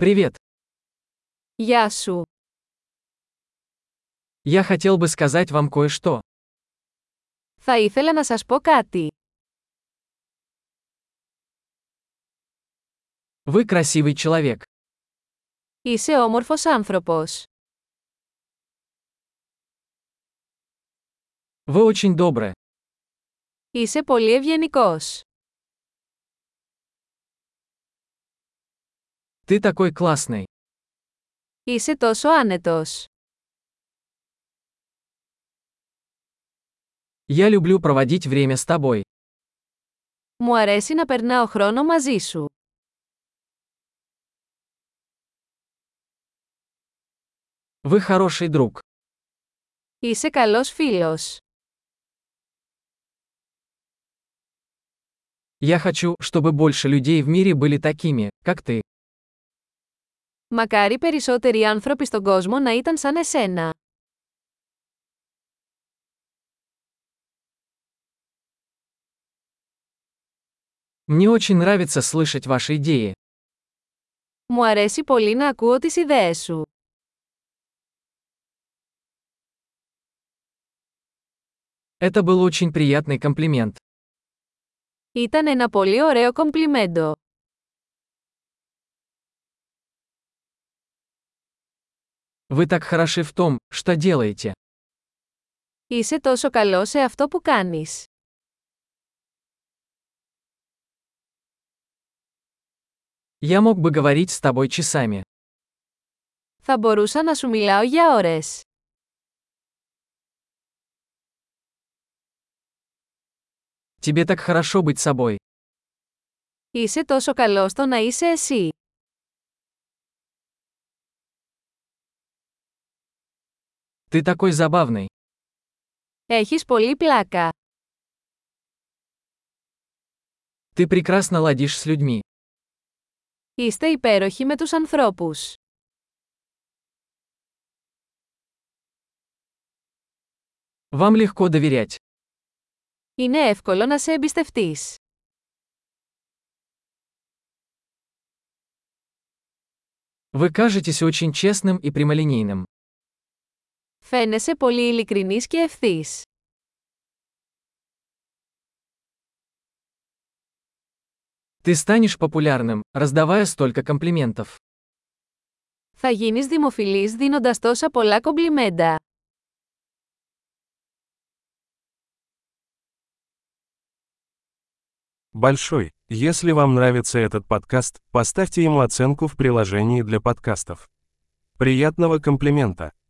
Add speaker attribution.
Speaker 1: Привет.
Speaker 2: Γεια σου.
Speaker 1: Я хотел бы сказать вам кое-что.
Speaker 2: Θα ήθελα να σας πω κάτι.
Speaker 1: Вы красивый человек.
Speaker 2: Είσαι όμορφος άνθρωπος.
Speaker 1: Вы очень добры.
Speaker 2: Είσαι πολύ ευγενικός.
Speaker 1: Ты такой классный.
Speaker 2: Είσαι τόσο άνετος.
Speaker 1: Я люблю проводить время с тобой.
Speaker 2: Μου αρέσει να περνάω χρόνο μαζί σου.
Speaker 1: Вы хороший друг.
Speaker 2: Είσαι καλός φίλος.
Speaker 1: Я хочу, чтобы больше людей в мире были такими, как ты.
Speaker 2: Μακάρι περισσότεροι άνθρωποι στον κόσμο να ήταν σαν εσένα.
Speaker 1: Мне очень нравится слышать ваши идеи.
Speaker 2: Μου αρέσει πολύ να ακούω τις ιδέες σου.
Speaker 1: Это был очень приятный комплимент.
Speaker 2: Ήταν ένα πολύ ωραίο κομπλιμέντο.
Speaker 1: Вы так хороши в том, что делаете.
Speaker 2: Είσαι τόσο καλό σε αυτό που κάνεις.
Speaker 1: Я мог бы говорить с тобой часами.
Speaker 2: Θα μπορούσα να σου μιλάω για ώρες.
Speaker 1: Тебе так хорошо быть собой.
Speaker 2: Είσαι τόσο καλό στο να είσαι εσύ.
Speaker 1: Ты такой забавный.
Speaker 2: Έχεις πολύ πλάκα.
Speaker 1: Ты прекрасно ладишь с людьми.
Speaker 2: Είστε υπέροχοι με τους ανθρώπους.
Speaker 1: Вам легко доверять.
Speaker 2: Είναι εύκολο να σε εμπιστευτείς.
Speaker 1: Вы кажетесь очень честным и прямолинейным.
Speaker 2: Φαίνεσαι πολύ ειλικρινής και ευθύς.
Speaker 1: Ты станешь популярным, раздавая столько комплиментов.
Speaker 2: Θα γίνεις δημοφιλής δίνοντας τόσα πολλά κομπλιμέντα.
Speaker 3: Большой. Если вам нравится этот подкаст, поставьте ему оценку в приложении для подкастов. Приятного комплимента!